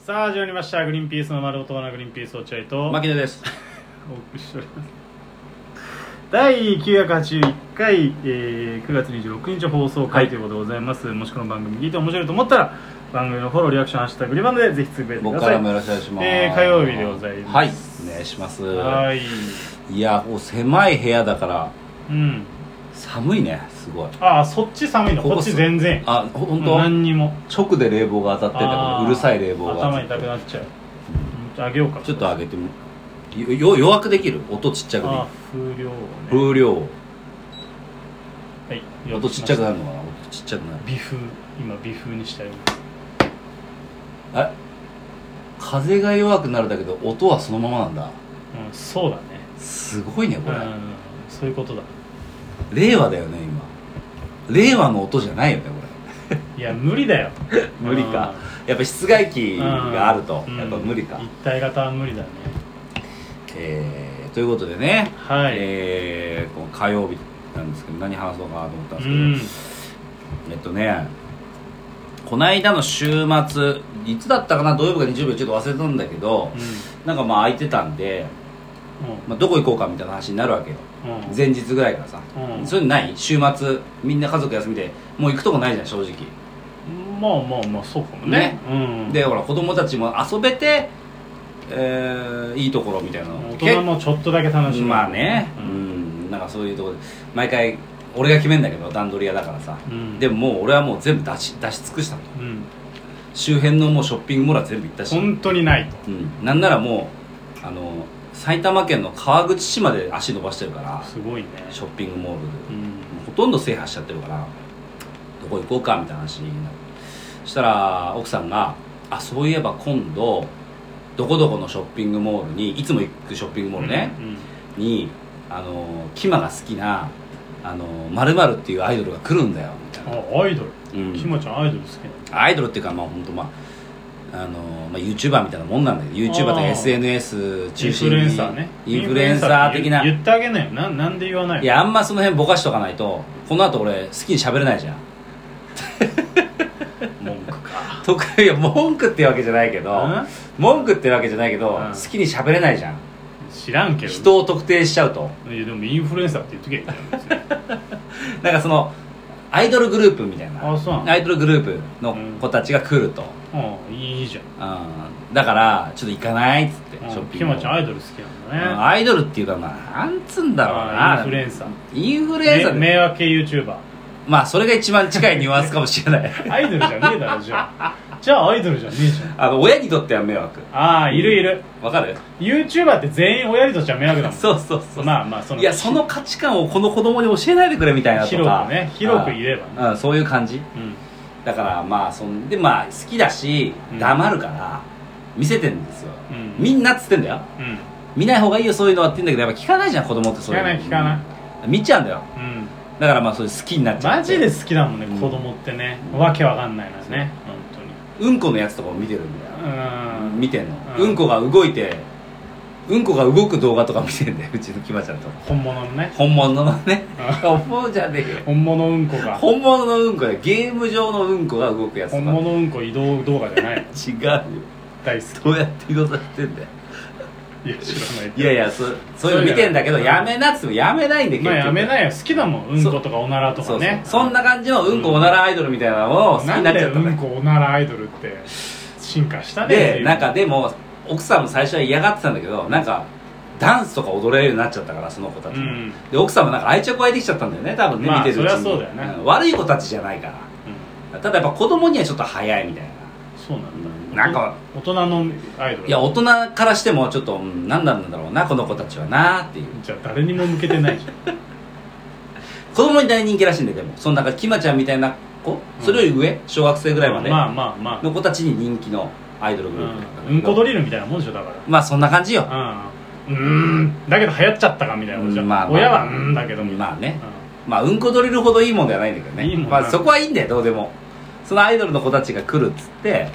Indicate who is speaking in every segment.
Speaker 1: さあ始まりましたグリーンピースの丸音のグリーンピース落合と
Speaker 2: 牧野 です。
Speaker 1: お送りしております第981回、えー9月26日放送回ということでございます、もしこの番組聞いて面白いと思ったら番組のフォローリアクション「ハッシュタグリバンド」でぜひつぶやいてく
Speaker 2: 僕
Speaker 1: だ
Speaker 2: か
Speaker 1: さい
Speaker 2: らもよろしくお願いします。
Speaker 1: えー火曜日でございま
Speaker 2: はい、
Speaker 1: す
Speaker 2: お願いします。
Speaker 1: はい
Speaker 2: いや、こう狭い部屋だから
Speaker 1: うん
Speaker 2: 寒いね、すごい。
Speaker 1: ああそっち寒いの
Speaker 2: ここ
Speaker 1: こっち全然
Speaker 2: あ、ほ
Speaker 1: うんん
Speaker 2: と、
Speaker 1: 何にも
Speaker 2: 直で冷房が当たってんだけ
Speaker 1: あー
Speaker 2: ど、うるさい冷房が。
Speaker 1: 頭痛くなっちゃううんあげようか
Speaker 2: ちょっと上げてみよよ弱くできる音ちっちゃく
Speaker 1: あ
Speaker 2: で
Speaker 1: 風量をね
Speaker 2: きる風量
Speaker 1: はい
Speaker 2: 音ちっちゃくなるのかな音ちっちゃくなる
Speaker 1: 微風今微風にしたよ
Speaker 2: あれ風が弱くなるだけど音はそのままなんだ
Speaker 1: うんそうだね
Speaker 2: すごいね
Speaker 1: う
Speaker 2: これ、
Speaker 1: んそういうことだ
Speaker 2: 令和だよね今令和の音じゃないよねこれ
Speaker 1: いや無理だよ
Speaker 2: 無理かやっぱ室外機があると、
Speaker 1: うん
Speaker 2: やっぱ無理か、
Speaker 1: 一体型は無理だね
Speaker 2: えーということでね、
Speaker 1: はい
Speaker 2: えーこの火曜日なんですけど何話そうかなと思ったん
Speaker 1: う
Speaker 2: ですけど、
Speaker 1: ん
Speaker 2: えっとねこの間の週末いつだったかな土曜日か日曜日かちょっと忘れたんだけど、なんかまあ空いてたんで、まあ、どこ行こうかみたいな話になるわけよ
Speaker 1: うんうん
Speaker 2: 前日ぐらいからさ、
Speaker 1: うん
Speaker 2: そういうのない週末みんな家族休みでもう行くとこないじゃん正直、
Speaker 1: まあまあまあそうかもね
Speaker 2: ね
Speaker 1: うん
Speaker 2: でほら子供たちも遊べて、えーいいところみたいなの
Speaker 1: 大人もちょっとだけ楽しむ
Speaker 2: まあね
Speaker 1: う
Speaker 2: うんんなんかそういうところで毎回俺が決めんだけど段取り屋だからさ、
Speaker 1: うん
Speaker 2: でももう俺はもう全部出し出し尽くしたと
Speaker 1: うん
Speaker 2: 周辺のもうショッピングモールは全部行ったし、
Speaker 1: 本当にないと
Speaker 2: うん、なんならもうあの埼玉県の川口市まで足伸ばしてるから
Speaker 1: すごいね
Speaker 2: ショッピングモールで
Speaker 1: うん
Speaker 2: ほとんど制覇しちゃってるからどこ行こうかみたいな話になるそしたら奥さんが「あそういえば今度どこどこのショッピングモールにいつも行くショッピングモールね、
Speaker 1: うん
Speaker 2: にあのキマが好きなあの〇〇っていうアイドルが来るんだよみたいな、
Speaker 1: あアイドル
Speaker 2: うん
Speaker 1: きまちゃんアイドル好き
Speaker 2: アイドルっていうかまあ本当まああの、まあ、YouTuber みたいなもんなんだけど YouTuber と
Speaker 1: あ
Speaker 2: か
Speaker 1: ー
Speaker 2: SNS
Speaker 1: なのイ
Speaker 2: 中
Speaker 1: ンフ
Speaker 2: 心に
Speaker 1: ルエンサーね
Speaker 2: インフルエンサー的な
Speaker 1: インフルエンサーって言言ってあげなよななんで言わない
Speaker 2: いやあんまその辺ぼかしとかないとこの後俺好きに喋れないじゃん
Speaker 1: 文句か
Speaker 2: とかいや文句ってわけじゃないけど
Speaker 1: うん
Speaker 2: 文句ってわけじゃないけど
Speaker 1: うん
Speaker 2: 好きに喋れないじゃん
Speaker 1: 知らんけど
Speaker 2: 人を特定しちゃうと
Speaker 1: いやでもインフルエンサーって言っとけばいいじゃん別に
Speaker 2: なんかそのアイドルグループみたいな
Speaker 1: あそうなの
Speaker 2: アイドルグループの子たちが来ると、
Speaker 1: うんいいじゃん
Speaker 2: うんだからちょっと行かないっつって、ショッ
Speaker 1: うん
Speaker 2: ピン
Speaker 1: き
Speaker 2: グ
Speaker 1: まちゃんアイドル好きなんだね
Speaker 2: うんアイドルっていうかまあなんつうんだろう
Speaker 1: あイン
Speaker 2: な
Speaker 1: フルエンサー
Speaker 2: インフルエンサ
Speaker 1: め
Speaker 2: ーで
Speaker 1: 迷惑系 YouTuber
Speaker 2: まあそれが一番近いニュアンスかもし れない
Speaker 1: アイドルじゃねえだろじゃあじゃあアイドルじゃねえじゃん
Speaker 2: あの親にとっては迷惑
Speaker 1: ああいるいる
Speaker 2: わかる
Speaker 1: YouTuber って全員親にとっちゃ迷惑だもん
Speaker 2: そうそうそう、
Speaker 1: まあまあその
Speaker 2: いやその価値観をこの子供に教えないでくれみたいなとか
Speaker 1: 広くね広く言えばね
Speaker 2: うんうんそういう感じ
Speaker 1: うん
Speaker 2: だからまあそんでまあ好きだし
Speaker 1: うん
Speaker 2: 黙るから見せてんですよ、
Speaker 1: うん
Speaker 2: みんなっつってんだよ
Speaker 1: うん
Speaker 2: 見ない方がいいよそういうのはって言うんだけどやっぱ聞かないじゃん子供ってそ
Speaker 1: 聞
Speaker 2: う
Speaker 1: か
Speaker 2: いうの
Speaker 1: ない聞かない
Speaker 2: うん見ちゃうんだよ
Speaker 1: うん
Speaker 2: だからまあそれ好きになっちゃって
Speaker 1: マジで好きだもんね子供ってねわけわかんないのよね本
Speaker 2: うんこのやつとかも見てるんだ
Speaker 1: 当
Speaker 2: よ
Speaker 1: にうん
Speaker 2: 見てんの、
Speaker 1: う
Speaker 2: うんん、こが動いてうんこが動く動画とか見てんだよう ちのきまちゃんと
Speaker 1: 本物のね
Speaker 2: 本物の ね
Speaker 1: あ
Speaker 2: 本物じゃねえよ
Speaker 1: 本物うんこが
Speaker 2: 本物のうんこでゲーム上のうんこが動くやつと
Speaker 1: 本
Speaker 2: か
Speaker 1: 物うんこ移動動画じゃないの
Speaker 2: 違うよ
Speaker 1: 大好
Speaker 2: どうやって移動させてんだよ
Speaker 1: きいや知らない
Speaker 2: いやいやそそういうの見てんだけど
Speaker 1: そうじゃな
Speaker 2: や
Speaker 1: い
Speaker 2: めなっつってもやめないんで
Speaker 1: まあやめ
Speaker 2: い
Speaker 1: ないよ好きだもんうんことかおならと
Speaker 2: そ
Speaker 1: か
Speaker 2: うそう
Speaker 1: ね
Speaker 2: そんな感じのうんこおならアイドルみたいなのを好き
Speaker 1: な
Speaker 2: に
Speaker 1: ん
Speaker 2: なっ
Speaker 1: だ
Speaker 2: ちゃ
Speaker 1: よ
Speaker 2: っ
Speaker 1: う
Speaker 2: た
Speaker 1: ん
Speaker 2: ね
Speaker 1: こおならアイドルって進化したね
Speaker 2: でなんかでも奥さんも最初は嫌がってたんだけどなんかダンスとか踊れるようになっちゃったからその子たちも、
Speaker 1: うん
Speaker 2: で奥さんもなんか愛着湧いてきちゃったんだよね多分ね、
Speaker 1: まあ
Speaker 2: 見てるうち
Speaker 1: そ
Speaker 2: に
Speaker 1: りゃそうだよね
Speaker 2: ん悪い子たちじゃないか
Speaker 1: うん
Speaker 2: らただやっぱ子供にはちょっと早いみたい
Speaker 1: そうなんだ
Speaker 2: なんか
Speaker 1: 大人のアイド
Speaker 2: な
Speaker 1: ル
Speaker 2: いや大人からしてもちょっと、うん、何なんだろうなこの子たちはなっていう
Speaker 1: じゃあ誰にも向けてないじ ゃ
Speaker 2: 子供に大人気らしいんででもそのなんかきまちゃんみたいな子それより上、小学生ぐらいま
Speaker 1: ん
Speaker 2: で
Speaker 1: まあまあまあ
Speaker 2: の子たちに人気のアイドルグループだっただけ
Speaker 1: う
Speaker 2: ど
Speaker 1: んうんこドリルみたいなもんでしょだか
Speaker 2: まあそんな感じよ、
Speaker 1: らうんうんだけど流行っちゃったかみたいなことじゃん
Speaker 2: うんまあまあ
Speaker 1: 親はうんだけどみたいな
Speaker 2: まあね
Speaker 1: うん
Speaker 2: まあうんこドリルほどいいもんではないんだけどね
Speaker 1: いいもんな
Speaker 2: まあ、そこはいいんだよどうでもそのアイドルの子たちが来るっつって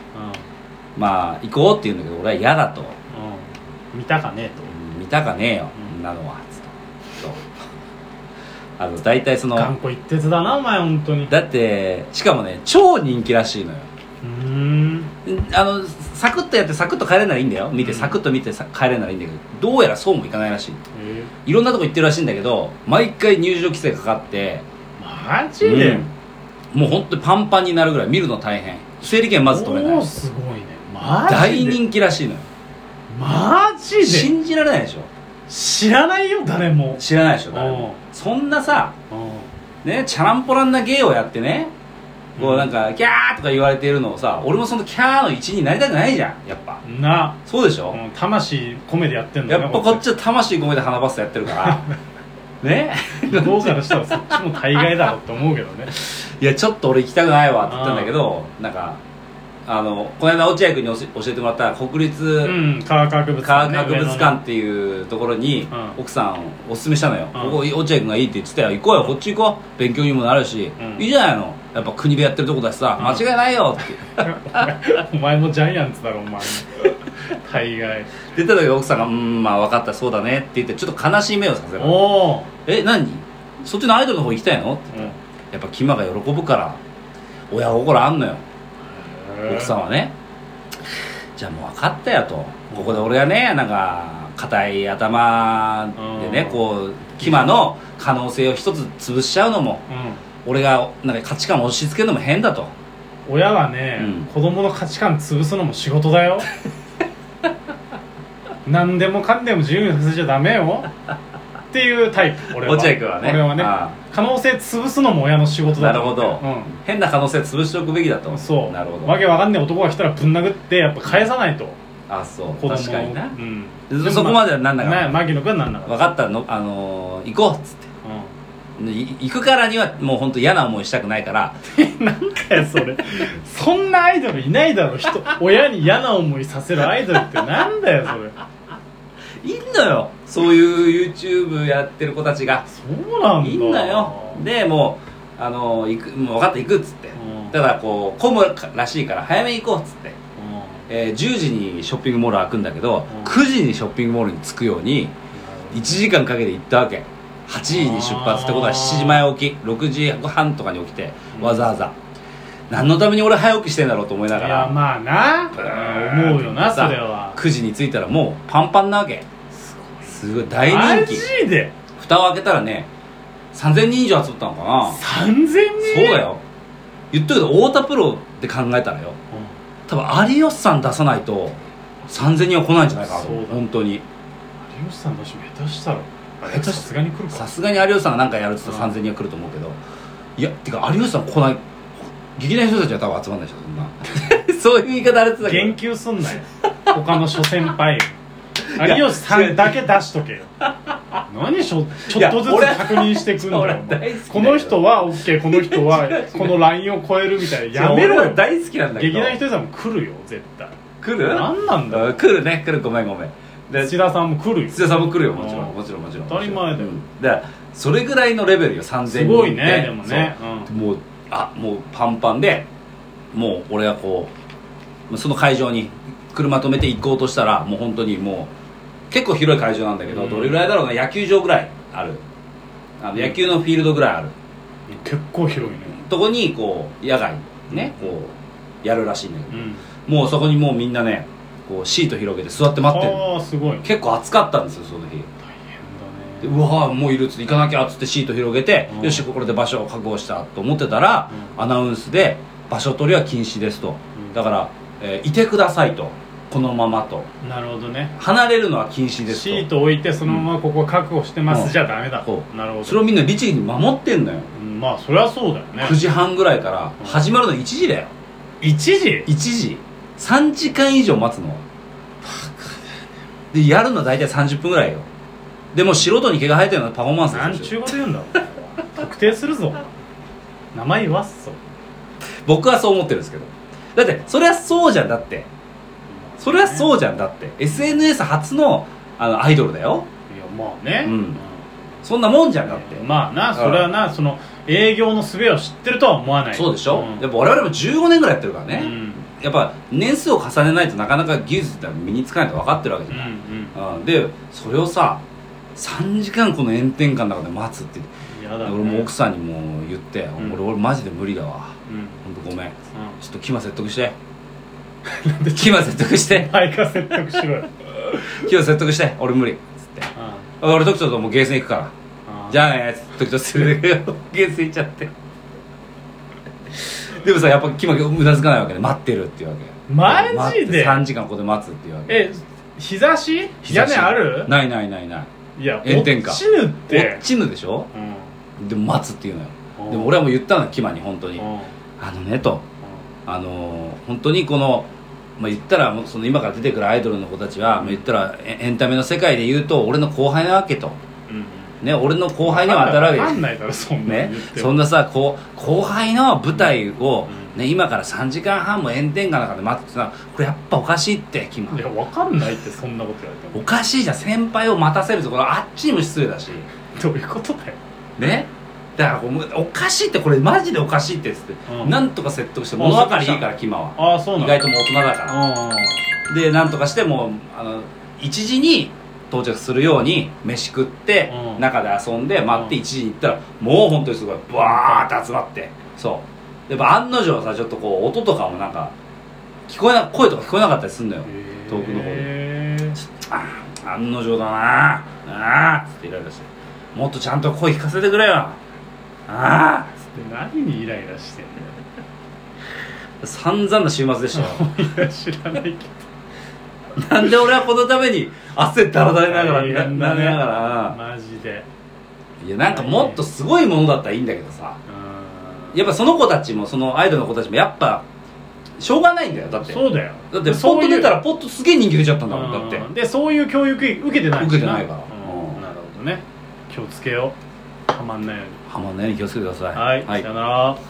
Speaker 2: まあ行こうって言うんだけど俺は嫌だと
Speaker 1: うんうん見たかね
Speaker 2: 見たかねえよ、
Speaker 1: うん
Speaker 2: ん、なのはつってそうあの大体そ
Speaker 1: えと頑
Speaker 2: の
Speaker 1: 固一徹だなお前本当に
Speaker 2: だってしかもね超人気らしいのよ
Speaker 1: うん
Speaker 2: あのサクッとやってサクッと帰れならいいんだよ見て、
Speaker 1: うん
Speaker 2: サクッと見てさ帰れならいいんだけどどうやらそうもいかないらしい
Speaker 1: え
Speaker 2: いろんなとこ行ってるらしいんだけど毎回入場規制かかって
Speaker 1: ー、マジで、
Speaker 2: うんもう本当にパンパンになるぐらい見るの大変整理券まず取れな
Speaker 1: おー
Speaker 2: い
Speaker 1: すごいねマジで
Speaker 2: 大人気らしいのよ
Speaker 1: マジで
Speaker 2: 信じられないでしょ
Speaker 1: 知らないよ誰も
Speaker 2: 知らないでしょ誰
Speaker 1: おう
Speaker 2: もそんなさ
Speaker 1: う
Speaker 2: ねチャランポランな芸をやってねこ
Speaker 1: う
Speaker 2: うんなんかキャーとか言われているのをさ俺もそのキャーの一員になりたくないじゃんやっぱ
Speaker 1: んな
Speaker 2: そうでしょ、
Speaker 1: うん魂込めてやってんだ
Speaker 2: やっぱこっ
Speaker 1: ち
Speaker 2: ちは魂込めて花バスタやってる からね
Speaker 1: どうからしたらそっちも大概だろうって思うけ どね
Speaker 2: いやちょっと俺行きたくないわって言ったんだけどなんかあのこの間落合君に教えてもらった国
Speaker 1: う
Speaker 2: 立
Speaker 1: ん科学博物
Speaker 2: 科
Speaker 1: 館
Speaker 2: 学
Speaker 1: ね
Speaker 2: 博物館っていうところに
Speaker 1: うん
Speaker 2: 奥さんをおすすめしたのよ、
Speaker 1: うん
Speaker 2: ここ落合君がいいって言ってたよ行こうよこっち行こう勉強にもなるし、
Speaker 1: うん
Speaker 2: いいじゃないのやっぱ国でやってるとこだしさ、
Speaker 1: うん
Speaker 2: 間違いないよって
Speaker 1: 上野のお前もジャイアンツだろお前も大 概
Speaker 2: 出た時奥さんが「うんまあ分かったそうだね」って言ってちょっと悲しい目をさせられた
Speaker 1: おお、
Speaker 2: え何そっちのアイドルの方行きたいの?」って
Speaker 1: うん
Speaker 2: やっぱキマが喜ぶから親心あんのよ奥さんはねじゃあもう分かったよとここで俺がねなんか硬い頭でね
Speaker 1: うん
Speaker 2: こうキマの可能性を一つ潰しちゃうのも
Speaker 1: う
Speaker 2: 俺がなんか価値観を押し付けるのも変だと
Speaker 1: ん、親はね、
Speaker 2: うん
Speaker 1: 子供の価値観潰すのも仕事だ よ何でもかんでも自由にさせちゃダメよっていうタイプ俺は
Speaker 2: 落合君はね
Speaker 1: 俺はね
Speaker 2: あ
Speaker 1: 可能性潰すのも親の仕事だ
Speaker 2: なる
Speaker 1: と思
Speaker 2: ほ
Speaker 1: って
Speaker 2: ど、変な可能性を潰しておくべきだ
Speaker 1: う
Speaker 2: と
Speaker 1: ん、そう
Speaker 2: なるほど
Speaker 1: わけわかんない男が来たらぶん殴ってやっぱ返さないと
Speaker 2: あそう
Speaker 1: 子供を
Speaker 2: 確かにな
Speaker 1: うん、
Speaker 2: そそこまではなんなかった
Speaker 1: ね牧野君はなんなかっ
Speaker 2: 分かったの、あのー行こうっつって
Speaker 1: た、うん
Speaker 2: い行くからにはもう本当嫌な思いしたくないから
Speaker 1: なんかやそれそんなアイドルいないだろ 人親に嫌な思いさせるアイドルってなんだよそれ
Speaker 2: いいんだよそういう YouTube やってる子たちが
Speaker 1: そうなんだ
Speaker 2: いいんだよでもう、あのー行くもう分かった行くっつって
Speaker 1: うん
Speaker 2: ただこう混むらしいから早めに行こうっつっ
Speaker 1: うん
Speaker 2: て、
Speaker 1: なる
Speaker 2: えー10時にショッピングモール開くんだけど、
Speaker 1: うん
Speaker 2: 9時にショッピングモールに着くように
Speaker 1: ほ
Speaker 2: 1時間かけて行ったわけ8時に出発ってことは
Speaker 1: あー
Speaker 2: 7時前起き6時半とかに起きて
Speaker 1: うん
Speaker 2: わざわざ、何のために俺早起きしてんだろうと思いな
Speaker 1: ど
Speaker 2: が
Speaker 1: いや
Speaker 2: ら
Speaker 1: まあな思うよなそ
Speaker 2: さ
Speaker 1: れは
Speaker 2: 9時に着いたらもうパンパンなわけすごい大
Speaker 1: マ
Speaker 2: 人気
Speaker 1: ジで
Speaker 2: 蓋を開けたらね3000人以上集まったのかな
Speaker 1: 3000人
Speaker 2: そうだよ言っとくけど太田プロで考えたらよ
Speaker 1: う
Speaker 2: 多分有吉さん出さないと3000人は来ないんじゃないかなと
Speaker 1: そうだ
Speaker 2: 本当に
Speaker 1: ん有吉さんだし下手したら
Speaker 2: 下
Speaker 1: 下
Speaker 2: 手
Speaker 1: 手
Speaker 2: した
Speaker 1: さすがに来る
Speaker 2: さ
Speaker 1: か
Speaker 2: すがに有吉さんが何かやるって言ったら
Speaker 1: うん
Speaker 2: 3000人は来ると思うけどいやてか有吉さん来ない劇団の人たちは多分集まんないでしょそん なそういう言い方あれってたけ
Speaker 1: 言
Speaker 2: ど
Speaker 1: 及すんなよ他の諸先輩 有吉さんだけ出しとけよ何しょちょっとずつ
Speaker 2: いや俺
Speaker 1: 確認してくんだよ
Speaker 2: 俺
Speaker 1: お
Speaker 2: 大好きだ
Speaker 1: 前
Speaker 2: よ
Speaker 1: この人は OK この人は このラインを超えるみたいなやめろ
Speaker 2: 俺は
Speaker 1: よ
Speaker 2: 大好きなんだけ
Speaker 1: 劇
Speaker 2: ど
Speaker 1: 団ひとりさんも来るよ絶対
Speaker 2: 来る
Speaker 1: 何なんだ
Speaker 2: うん
Speaker 1: よ
Speaker 2: 来るね来るごめんごめんで
Speaker 1: 土田さんも来るよ
Speaker 2: 土田さんも来るよもちろ
Speaker 1: うんん
Speaker 2: もちろんもちろん
Speaker 1: 当たり前だよ
Speaker 2: うんだからそれぐらいのレベルよ3000人
Speaker 1: すごいねでもね
Speaker 2: そうもうあもうパンパンでもう俺はこうその会場に車止めて行こうとしたらもう本当にもう結構広い会場なんだけど、
Speaker 1: うん
Speaker 2: どれぐらいだろうな野球場ぐらいあるあの野球のフィールドぐらいある
Speaker 1: 結構広いね
Speaker 2: とこにこう野外ねこうやるらしいんだけ
Speaker 1: う
Speaker 2: ど、
Speaker 1: ん
Speaker 2: もうそこにもうみんなねこうシート広げて座って待ってる
Speaker 1: ああすごい大変
Speaker 2: 結構暑かったんですよその日で
Speaker 1: だね
Speaker 2: うわーもういるっつって行かなきゃっつってシート広げて、
Speaker 1: うん
Speaker 2: よしこれで場所を確保したと思ってたら、アナウンスで場所取りは禁止ですと
Speaker 1: うん
Speaker 2: だから、えーいてくださいとこのままと
Speaker 1: なるほどね
Speaker 2: 離れるのは禁止です
Speaker 1: シ
Speaker 2: と
Speaker 1: ート置いてそのままここ確保してま
Speaker 2: うん
Speaker 1: すじゃダメだ
Speaker 2: そう
Speaker 1: なるほ
Speaker 2: それ
Speaker 1: ど
Speaker 2: をみんな律儀に守ってんのよ、
Speaker 1: うんまあそりゃそうだよね
Speaker 2: 9時半ぐらいから
Speaker 1: うん
Speaker 2: 始まるの1時だよ
Speaker 1: 1時
Speaker 2: 1時3時間以上待つのでやるのは大体30分ぐらいよでも素人に毛が生えたようなパフォーマンス
Speaker 1: なん
Speaker 2: で
Speaker 1: ちゅ
Speaker 2: すよ
Speaker 1: うこと言 うんだお前特定するぞ名前言わっそ
Speaker 2: 僕はそう思ってるんですけどだってそれはそうじゃんだってそれはそううじゃんだって SNS 初のあのアイドルだよ
Speaker 1: いやまあね
Speaker 2: うんそんなもんじゃんだって、
Speaker 1: まあなそれはなその営業の術を知ってるとは思わない
Speaker 2: そうでしょ、
Speaker 1: ん
Speaker 2: やっぱ我々も15年ぐらいやってるから
Speaker 1: う
Speaker 2: ね、
Speaker 1: ん
Speaker 2: やっぱ年数を重ねないとなかなか技術って身につかないと分かってるわけ
Speaker 1: う
Speaker 2: じゃない、
Speaker 1: ん
Speaker 2: うんでそれをさ3時間この炎天下の中で待つって、
Speaker 1: うんやだね
Speaker 2: 俺も奥さんにもう言って、
Speaker 1: ん
Speaker 2: 俺俺マジで無理だわ
Speaker 1: うん
Speaker 2: 本当ごめん
Speaker 1: う
Speaker 2: ちょっとキマ説得 してキマ説得して
Speaker 1: ん相川説得しろよ
Speaker 2: キマ説得して俺無理っつって俺時とともうゲーセン行くからじ
Speaker 1: ゃ
Speaker 2: ゃあねーっつって時々連れてゲーセン行っちゃってでもさやっぱキマ無駄つかないわけで待ってるっていうわけ
Speaker 1: マジで
Speaker 2: 待って3時間ここで待つっていうわけ
Speaker 1: え日差し屋根ある
Speaker 2: ないないないない
Speaker 1: いや
Speaker 2: 炎天下
Speaker 1: 落ちぬっ
Speaker 2: 落
Speaker 1: て
Speaker 2: ちぬでしょ
Speaker 1: うん
Speaker 2: でも待つっていうのよ
Speaker 1: うん
Speaker 2: でも俺はもう言ったのキマに本当に
Speaker 1: うんうん
Speaker 2: あのねとあのー本当にこの、まあ、言ったらもうその今から出てくるアイドルの子たちは、まあ、言ったらエエンタメの世界で言うと俺の後輩なわけと、
Speaker 1: うん
Speaker 2: ね、俺の後輩には当たるわけ
Speaker 1: わか
Speaker 2: です
Speaker 1: んないだろそんなの
Speaker 2: ね
Speaker 1: 言っ、ても
Speaker 2: そんなさこう後輩の舞台を、
Speaker 1: う
Speaker 2: ね、今から3時間半も炎天下の中で待つってさこれやっぱおかしいってキマ
Speaker 1: いやわかんないってそんなこと言われても
Speaker 2: おかしいじゃん先輩を待たせるところあっちにも失礼だし
Speaker 1: どういうことだよ
Speaker 2: ねだからこうおかしいってこれマジでおかしいってっつって、
Speaker 1: うん
Speaker 2: なんとか説得して物分かりいいからキマは
Speaker 1: ああそう
Speaker 2: 意
Speaker 1: な
Speaker 2: 外
Speaker 1: んだ
Speaker 2: ともう大人だからでなんとかしてもうあの1時に到着するように飯食って、
Speaker 1: うん
Speaker 2: 中で遊んで待って
Speaker 1: うん
Speaker 2: 1時に行ったらもう本当にすごいバーって集まってそうでやっぱ案の定さちょっとこう音とかもなんか聞こえな声とか聞こえなかったりすんのよ遠くの方で
Speaker 1: で
Speaker 2: あー案の定だなああーっつってイライラしてもっとちゃんと声聞かせてくれよああーっつっ
Speaker 1: 何にイライラしてんだよ
Speaker 2: て散々な週末でした よ
Speaker 1: いや知らないけど
Speaker 2: なんで俺はこのために汗だらだらながらななめながら
Speaker 1: マジで
Speaker 2: いやなんかもっとすごいものだったらいいんだけどさ
Speaker 1: うん
Speaker 2: やっぱその子たちもそのアイドルの子たちもやっぱしょうがないんだよだって
Speaker 1: そうだよ
Speaker 2: だってポッと出たらポッとすげえ人気出ちゃったんだもんだって
Speaker 1: うんでそういう教育受けてないしな
Speaker 2: 受けてないから
Speaker 1: うん
Speaker 2: うん
Speaker 1: なるほどね気をつけようはまんないように
Speaker 2: ハマんないように気をつけてください
Speaker 1: はい、さよなら